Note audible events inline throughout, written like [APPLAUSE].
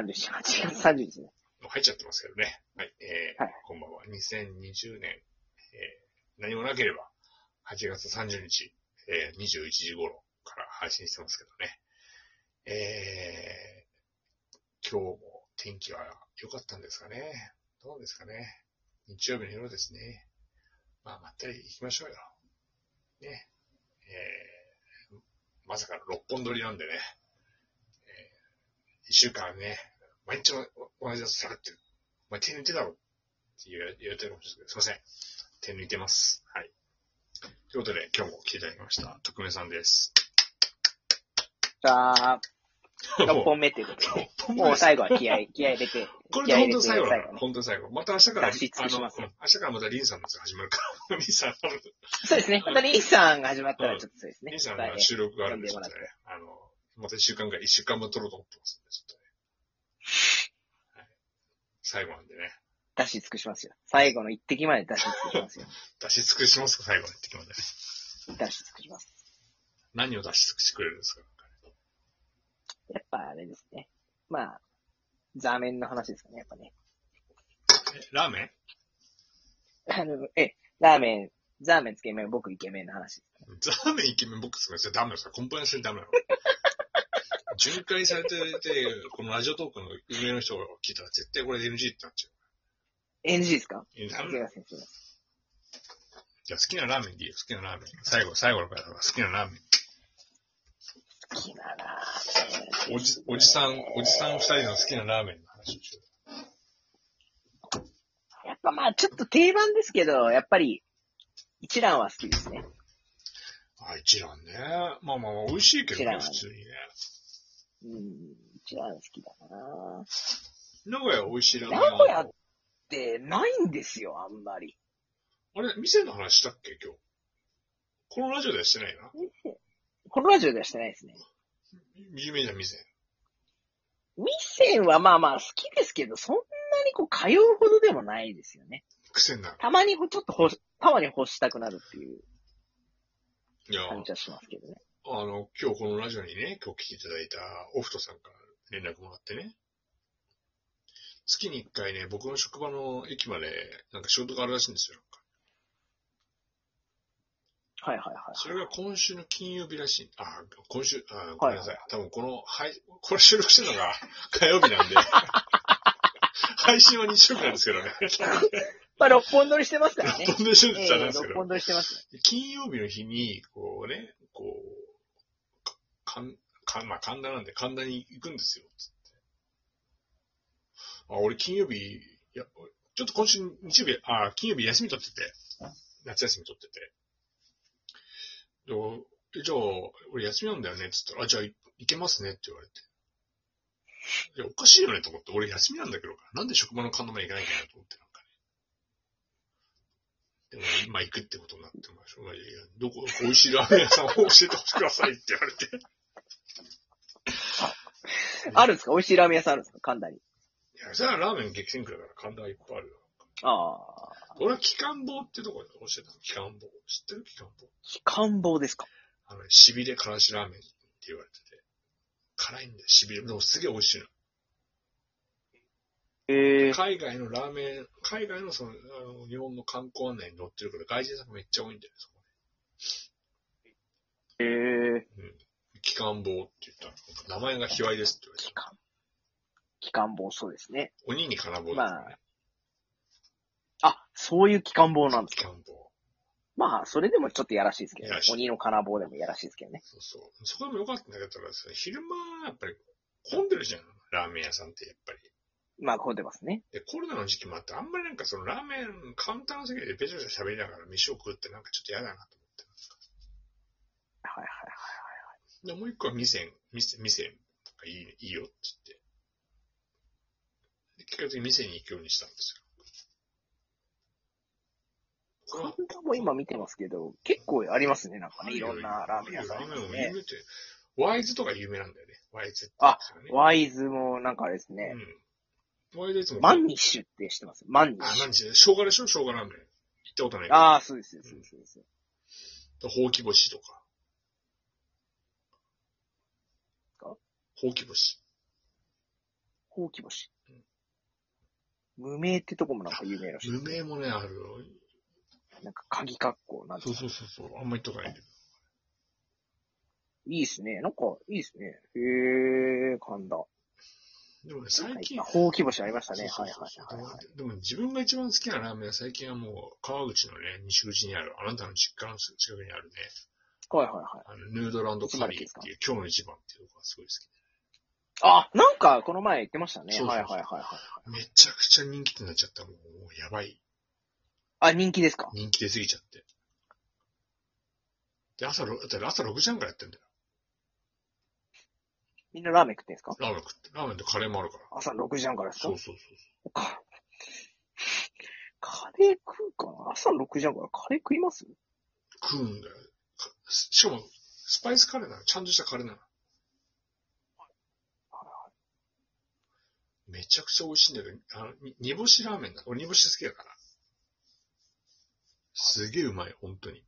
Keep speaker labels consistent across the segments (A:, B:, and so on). A: 31、8月31日ね。
B: 入っちゃってますけどね。はい。えー
A: はい
B: こんばんは。2020年、えー何もなければ、8月30日、えー21時頃から配信してますけどね。えー今日も天気は良かったんですかね。どうですかね。日曜日の夜ですね。まあ、まったり行きましょうよ。ね。えーまさかの6本撮りなんでね。え1週間ね、毎日同じやつさらってる。お前手抜いてだろって言われ言われてるかもしれないですけど、すいません。手抜いてます。はい。ということで、今日も来ていただきました。特命さんです。
A: じゃあ、6
B: もう
A: 本目っていうこと [LAUGHS] で。
B: 六本目
A: も
B: で
A: う
B: す
A: 最後は気合い、気合い入れて。
B: これで本当に最後だ
A: 気合い
B: から
A: 入れて最後ね
B: 本当に最後。また明日から、あ
A: 出し尽くし
B: の、
A: ます
B: うん明日からまたリンさんのやつが始まるから、リンさん、
A: そうですね。またリンさんが始まったらちょっとそうですね。
B: リンさん
A: 大変
B: の収録があるんで、ちょっとね
A: 呼んでも、
B: あの、また1週間ぐらい、1週間分撮ろうと思ってますんで、ちょっとね。はい最後なんでね、
A: 出し尽くしますよ。最後の一滴まで出し尽くしますよ。
B: 出し尽くしますか、最後の一滴まで。
A: 出し尽くします。
B: 何を出し尽くしてくれるんですか
A: やっぱあれですね。まあ、座面の話ですかね、やっぱね。
B: えラーメン
A: あの、え、ラーメン、ザーメンつけ麺、僕イケメンの話。
B: ザーメンイケメンボックスがそれダメですよ。コンプライアンスにダ [LAUGHS] メよ。巡回されてて、このラジオトークの上の人が聞いたら絶対これ NG ってなっちゃ
A: NG ですか
B: う。いやダメ
A: 池
B: だよ
A: 川先生の。
B: じゃあ好きなラーメンでいいよ。好きなラーメン。最後、最後だから好きなラーメ
A: 好きだな
B: ン。おじ、おじさん、おじさん二人の好きなラーメンの話をしよ
A: ぁやっぱまあ、ちょっと定番ですけど、やっぱり、一蘭は好きですね。
B: う。あ、一蘭ね。まあまあまあ、美味しいけど
A: 一
B: ね、
A: 蘭
B: 普通にね。
A: うん、一蘭好きだなぁ
B: 名古屋美味しいラーメン。
A: 名古屋で、ないんですよ、あんまり。
B: あれ、店の話したっけ、今日。このラジオではしてないな。
A: このラジオではしてないですね。
B: 有名じゃん、店。
A: 店はまあまあ好きですけど、そんなにこう通うほどでもないですよね。
B: 癖になる。
A: たまにほちょっとほ、たまに欲したくなるっていう
B: いやー
A: 感じはしますけどね。
B: あの、今日このラジオにね、今日来ていただいたオフトさんから連絡もらってね。月に一回ね、僕の職場の駅まで、なんか仕事があるらしいんですよ。なんか
A: はいはいはい。
B: それが今週の金曜日らしい。あ、今週、あご
A: は
B: め
A: い
B: んなさい。多分この、はい、これ収録してるのが [LAUGHS] 火曜日なん [LAUGHS] で、配信は日曜日なんですけどね。
A: まあ、六本撮りしてますからね。
B: 飛んでしゅん
A: え
B: じゃない
A: え
B: ですけ
A: 六
B: ど。
A: 本撮りしてます。
B: 金曜日の日に、こうね、こう、か、かん、かんまあ、神田なんで神田に行くんですよ、つって。あ、俺金曜日、いや、俺ちょっと今週日曜日、あ、金曜日休み取ってて、夏休み取ってて。でおえ、じゃあ、俺休みなんだよね、つったら、あ、じゃあい行けますねって言われて。いや、おかしいよねと思って、俺休みなんだけど、なんで職場の神田まで行かなきゃいけないと思って、なんかでも、今行くってことになってましょうがない。いやどこ、美味しいラーメン屋さんを教えてほしくださいって言われて。
A: あるんですか美味しいラーメン屋さんあるんですか神田に。
B: いや、それはラーメン激戦区だから神田はいっぱいあるよ。
A: ああ。
B: 俺は機関棒ってとこで教えたの。機関棒。知ってる機関棒。
A: 機関棒ですか
B: あのね、しびれからしラーメンって言われてて。辛いんだよ、しびれ。でもすげえ美味しいの。
A: ええ
B: 海外のラーメン、海外のその、あの、日本の観光案内に載ってるから、外人さんがめっちゃ多いんだよね、そこ
A: ええ
B: ね。機関棒って言ったら、名前が卑猥ですって言われて
A: 機。関。機関棒、そうですね。
B: 鬼に金棒ですね。
A: まああ、そういう機関棒なんです
B: 機
A: か。
B: 関棒。
A: まあ、それでもちょっとやらしいですけど
B: や
A: ね
B: らし。い
A: 鬼の金棒でもやらしいですけどね。
B: そうそう。そこでも良かったんだけど、たださ昼間、やっぱり混んでるじゃん。ラーメン屋さんってやっぱり。
A: まあ、混んでますね。
B: で、コロナの時期もあって、あんまりなんかそのラーメン、カウンターの席でべちゃべちゃ喋りながら飯を食うってなんかちょっと嫌だなと思って。
A: はいはいはい。
B: で、もう一個は店、店、店、なんかいいね、いいよって言って。で、結果的に店に行くようにしたんですよ。
A: 神田も今見てますけど、結構ありますね。なんかね、いろんなラーメン屋さんあ
B: あ
A: りま
B: るよ
A: す
B: 有名
A: ね。
B: って。ワイズとか有名なんだよね。ワイズって、ね。
A: ワイズもなんかあれですね。
B: うん。ワイズいつも。
A: マンニッシュって知ってますマンニッ
B: あ、
A: シ
B: なん
A: ュ。
B: でしょう、生姜でしょ生姜ラーメン。行ったことないけど。
A: ああ、そうです、そうですそうです。
B: ほうき星とか
A: か。
B: ほうき星。
A: ほうき星。無名ってとこもなんか有名らしい。
B: 無名もね、あるよ。
A: なんか鍵格好なんて。
B: そうそうそうそう。あんまり言っとかないけど。
A: いいっすね。なんか、いいっすね。へえ、神田。
B: でもね、最近、
A: はいほうき星ありましたね。
B: そう
A: はい
B: そう
A: は
B: そう
A: いはいはい。
B: でもでも自分が一番好きなラーメンは最近はもう川口のね、西口にある、あなたの実家の近くにあるね、
A: はいはいはい。
B: あのヌードランドカリーっていう、今日の一番っていうのがすごい好き
A: あ、なんか、この前言ってましたね。
B: そうそう
A: はい
B: そ
A: はい
B: う
A: はいはい。
B: めちゃくちゃ人気ってなっちゃった。もう、もうやばい。
A: あ、人気ですか
B: 人気出すぎちゃって。で、朝ろ、だって朝6時半からやってんだよ。
A: みんなラーメン食ってんすか
B: ラーメン食って。ラーメンとカレーもあるから。
A: 朝6時半からですか
B: そうそうそう。
A: かカレー食うかな朝6時半からカレー食います
B: 食うんだよ。かしかも、スパイスカレーなの。ちゃんとしたカレーなの。めちゃくちゃ美味しいんだけど、あの、に煮干しラーメンだ。俺煮干し好きだから。すげえうまい、本当に。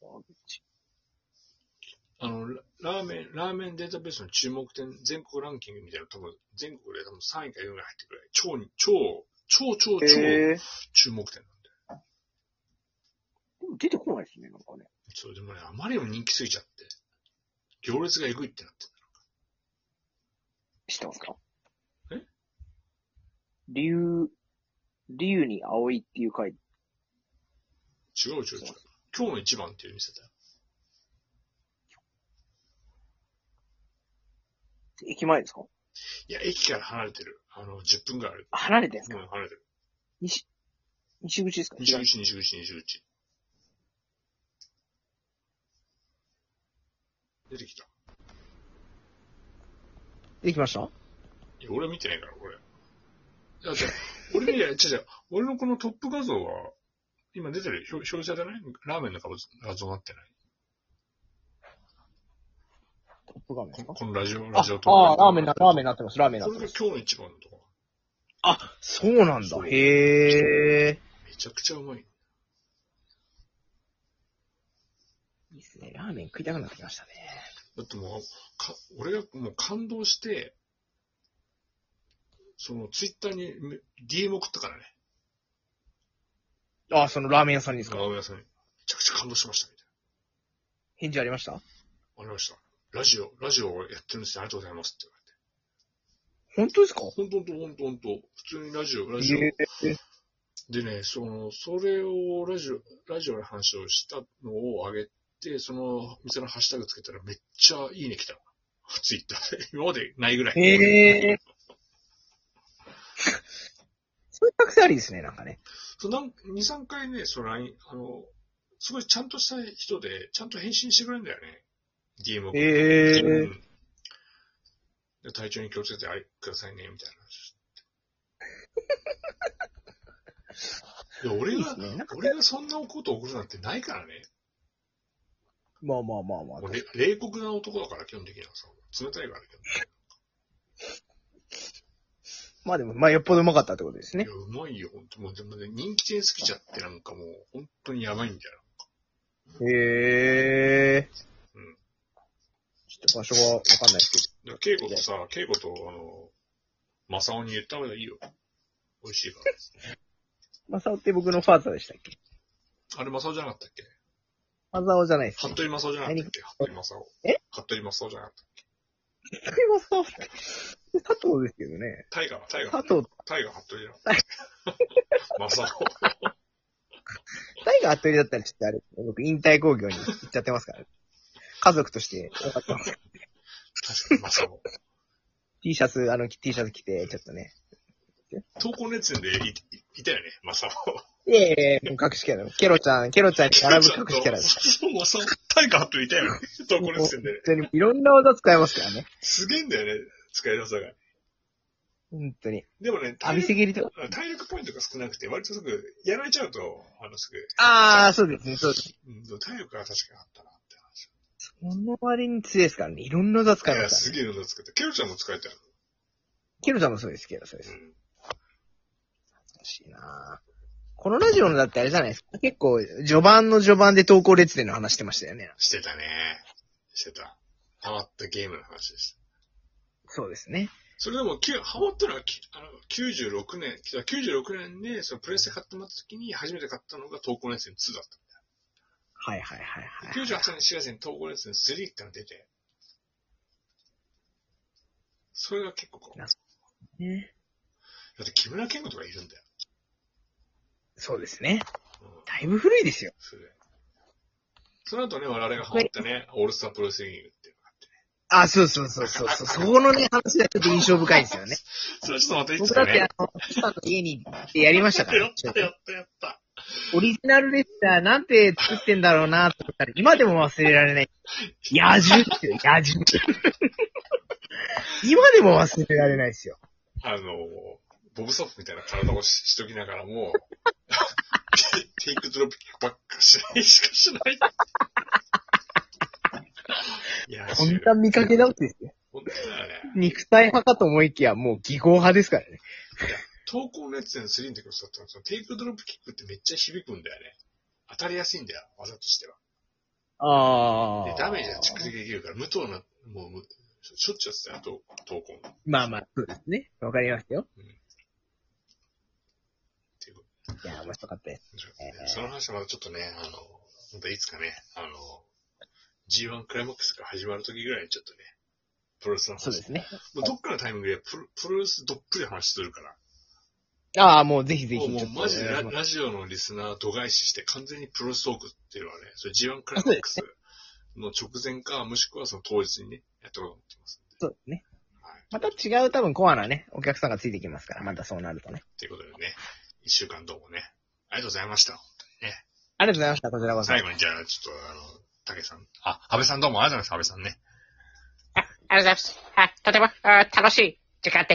A: 川口
B: あの、ララーメン、ラーメンデータベースの注目点、全国ランキングみたいなの多分、全国で多分3位か4位が入ってくる超に、超、超、超、超、
A: えー、
B: 注目点なんだよ。
A: でも出てこないですね、なんかね。
B: それでもね、あまりにも人気すぎちゃって、行列がえぐいってなってんだ
A: 知ってますか
B: え
A: 竜、竜に青いっていう回。
B: 違う違う違う。今日の一番っていう店だよ。
A: 駅前ですか
B: いや、駅から離れてる。あの、10分ぐらいある。
A: あ離れてんす
B: う
A: か、
B: ん、離れてる。
A: 西、西口ですか
B: 西口、西口、西口。出てきた。
C: できました
B: いや、俺は見てないから、俺。だって、俺見てない、違う違う。俺のこのトップ画像は、今出てる、表表示されてないラーメンの顔画像になってない。
C: トップ画面です
B: こ
C: か
B: このラジオ、
C: あ
B: ラジオト
C: あ
B: ー
C: ー、
B: ク
C: ラーメンな、ラーメンになってます、ラーメンに
B: こ
C: なっ
B: れ
C: て
B: が
C: ます。
B: 今日の一番のとこ。
C: あ、そうなんだ。へえ。
B: めちゃくちゃうまい。
C: いいっすね。ラーメン食いたくなってきましたね。
B: だってもう、か俺がもう感動して、そのツイッターにめ DM 送ったからね。
C: あ、そのラーメン屋さんにですか
B: ラーメン屋さんに。めちゃくちゃ感動しました、みたい
C: 返事ありました
B: な。ありました。ラジオ、ラジオをやってるんですね。ありがとうございますって言
C: 本
B: われて。
C: 当ですか
B: ほんとほんとほんとほんと。普通にラジオ、ラジオ。
C: へえ。
B: でね、その、それをラジオ、ラジオの話をしたのを上げて、その店のハッシュタグつけたらめっちゃいいね来たの。ツイッターで。今までないぐらい。
C: へえ。 [LAUGHS] そういうアクセサリーですね、なんかね。
B: そうなん2、3回ね、その LINE、あの、すごいちゃんとした人で、ちゃんと返信してくれるんだよね。DM を。
C: へ
B: う
C: え。
B: んで体調に気をつけてあいくださいね、みたい
C: [LAUGHS]
B: な話。いや俺
C: いいで
B: が
C: す、ね。なんか
B: 俺がそんなこと起こるなんてないからね。
C: まあまあまあまあ
B: もう。れ冷酷な男だから、基本的にはさ。冷たいから、基本的に
C: まあでも、まあよっぽどうまかったってことですね
B: い。や、うまいよ、ほんと。もう、でもね、人気店好きちゃって、なんかもう、本当にやばいんだよ。
C: へえ。
B: うん
C: ちょっと場所はわかんないですけど。
B: だから、稽古とさ、稽古と、あの、マサオに言った方がいいよ。美味しいから。
C: マサオって僕のファーザーでしたっけ
B: あれマサオじゃなかったっけ
C: ファーザーじゃないですね。
B: 服部マサオじゃなかったっけ服部マサオ。
C: え
B: 服部マサオじゃなかったっ
C: これはそう。 [LAUGHS] 佐藤ですけどね。
B: けタイガー、タイガ
C: 佐
B: ー。
C: 藤、
B: タイガー、服
C: [LAUGHS]
B: 部じゃなかった。マサオ。
C: タイがアトリエだったりして、あれ、僕引退工業に行っちゃってますから。家族として、
B: 確かにマサオ。
C: T シャツ、あの、T シャツ着て、ちょっとね。
B: 投稿熱線でいいいたよね、マサオ。
C: いえいえ、もう隠しキャラ。ケロちゃん、ケロちゃんに並ぶ隠しキャラです。
B: そう、マサオ、タイガー、服部いたよね。投稿熱線で。
C: 本当に、いろんな技使えますからね。
B: すげえんだよね、使い方が。
C: 本当に。
B: でもね、
C: 旅せ
B: 力
C: ぎりとか。
B: 体力ポイントが少なくて、割とすぐ、やられちゃうと、あの、すぐ、
C: ああ、そうですね、そうです。
B: うん、でも体力は確かにあったなって話。
C: この割に強いですからね。いろんな技使
B: い
C: えま
B: や、
C: す
B: す
C: から、ね。
B: げえの作って。ケロちゃんも使えたよ。
C: ケロちゃんもそうです、ケロそうで
B: う
C: す。
B: ん。
C: 楽しいなぁこのラジオのだってあれじゃないですか。結構、序盤の序盤で投稿列伝の話してましたよね。
B: してたね。してた。ハマったゲームの話でし
C: そうですね。
B: それでも、きゅハマったのはきあの96年、96年で、そのプレステ買ってもらった時に初めて買ったのが東高熱線2だっ
A: はいはいはい
B: た。
A: はい。
B: 98年4月に東高熱線3ってのが出て、それが結構こう、だ
A: なね
B: って木村健吾とかいるんだよ。
A: そうですね。
B: うん、
A: だいぶ古いですよ。
B: それで。その後ね、我々がハマったね、オールスタープロレスリングっていうのがあってね。
A: あ、そうそうそうそう
B: [LAUGHS]
A: そう。そこのね、話がちょっと印象深いですよね。
B: それちょっとまたいつ
A: 僕
B: か
A: だって
B: ね
A: あ。の、さんの家に行ってやりましたから、
B: やったやったやった。
A: オリジナルレッサーなんて作ってんだろうなと思ったら、今でも忘れられない。野獣ですよ、野獣。今でも忘れられないですよ。
B: あの、ボブソップみたいな体をししときながらも、 [LAUGHS] テイクドロップキックばっかしないしかしない。いや、
A: こんな見かけ直しですよ。
B: 本当だよね。
A: 肉体派かと思いきや、もう技巧派ですからね。
B: 投稿のやつで3の時もそうだったのそのテイクドロップキックってめっちゃ響くんだよね。当たりやすいんだよ、技としては。
A: あ
B: で、ダメージは蓄積できるから、無糖な、もう、むしょっちゅうやってたよ、投投稿っ
A: まあまあ、そうですね。わかりますよ。
B: ていうこと
A: いや、面白かったです。
B: でその話はまたちょっとね、あの、またいつかね、あの、G1 クライマックスが始まる時ぐらいにちょっとね、プロレスの話。
A: そうですね。
B: もうどっかのタイミングでプロプロレスどっぷり話するから。
A: ああ、もうぜひぜ
B: もう
A: ひ。
B: もうマジで
A: ちょ
B: ラ
A: っと
B: ラジオのリスナー度外視して完全にプロレストークっていうのはね、それ G1 クライマックスの直前か、もしくはその当日にね、やったこと思ってます。
A: そうですね。
B: はい。
A: また違う多分コアなね、お客さんがついてきますから、またそうなるとね。
B: ということでね、一週間どうもね、ありがとうございました。本当にね。
A: ありがとうございました、こちらこそ。あ
B: 最後にじゃあ、ちょっとあの、竹さん。あ、安倍さんどうもありがとうございます、安倍さんね。
A: りがとうございます。はい、とても楽しい時間で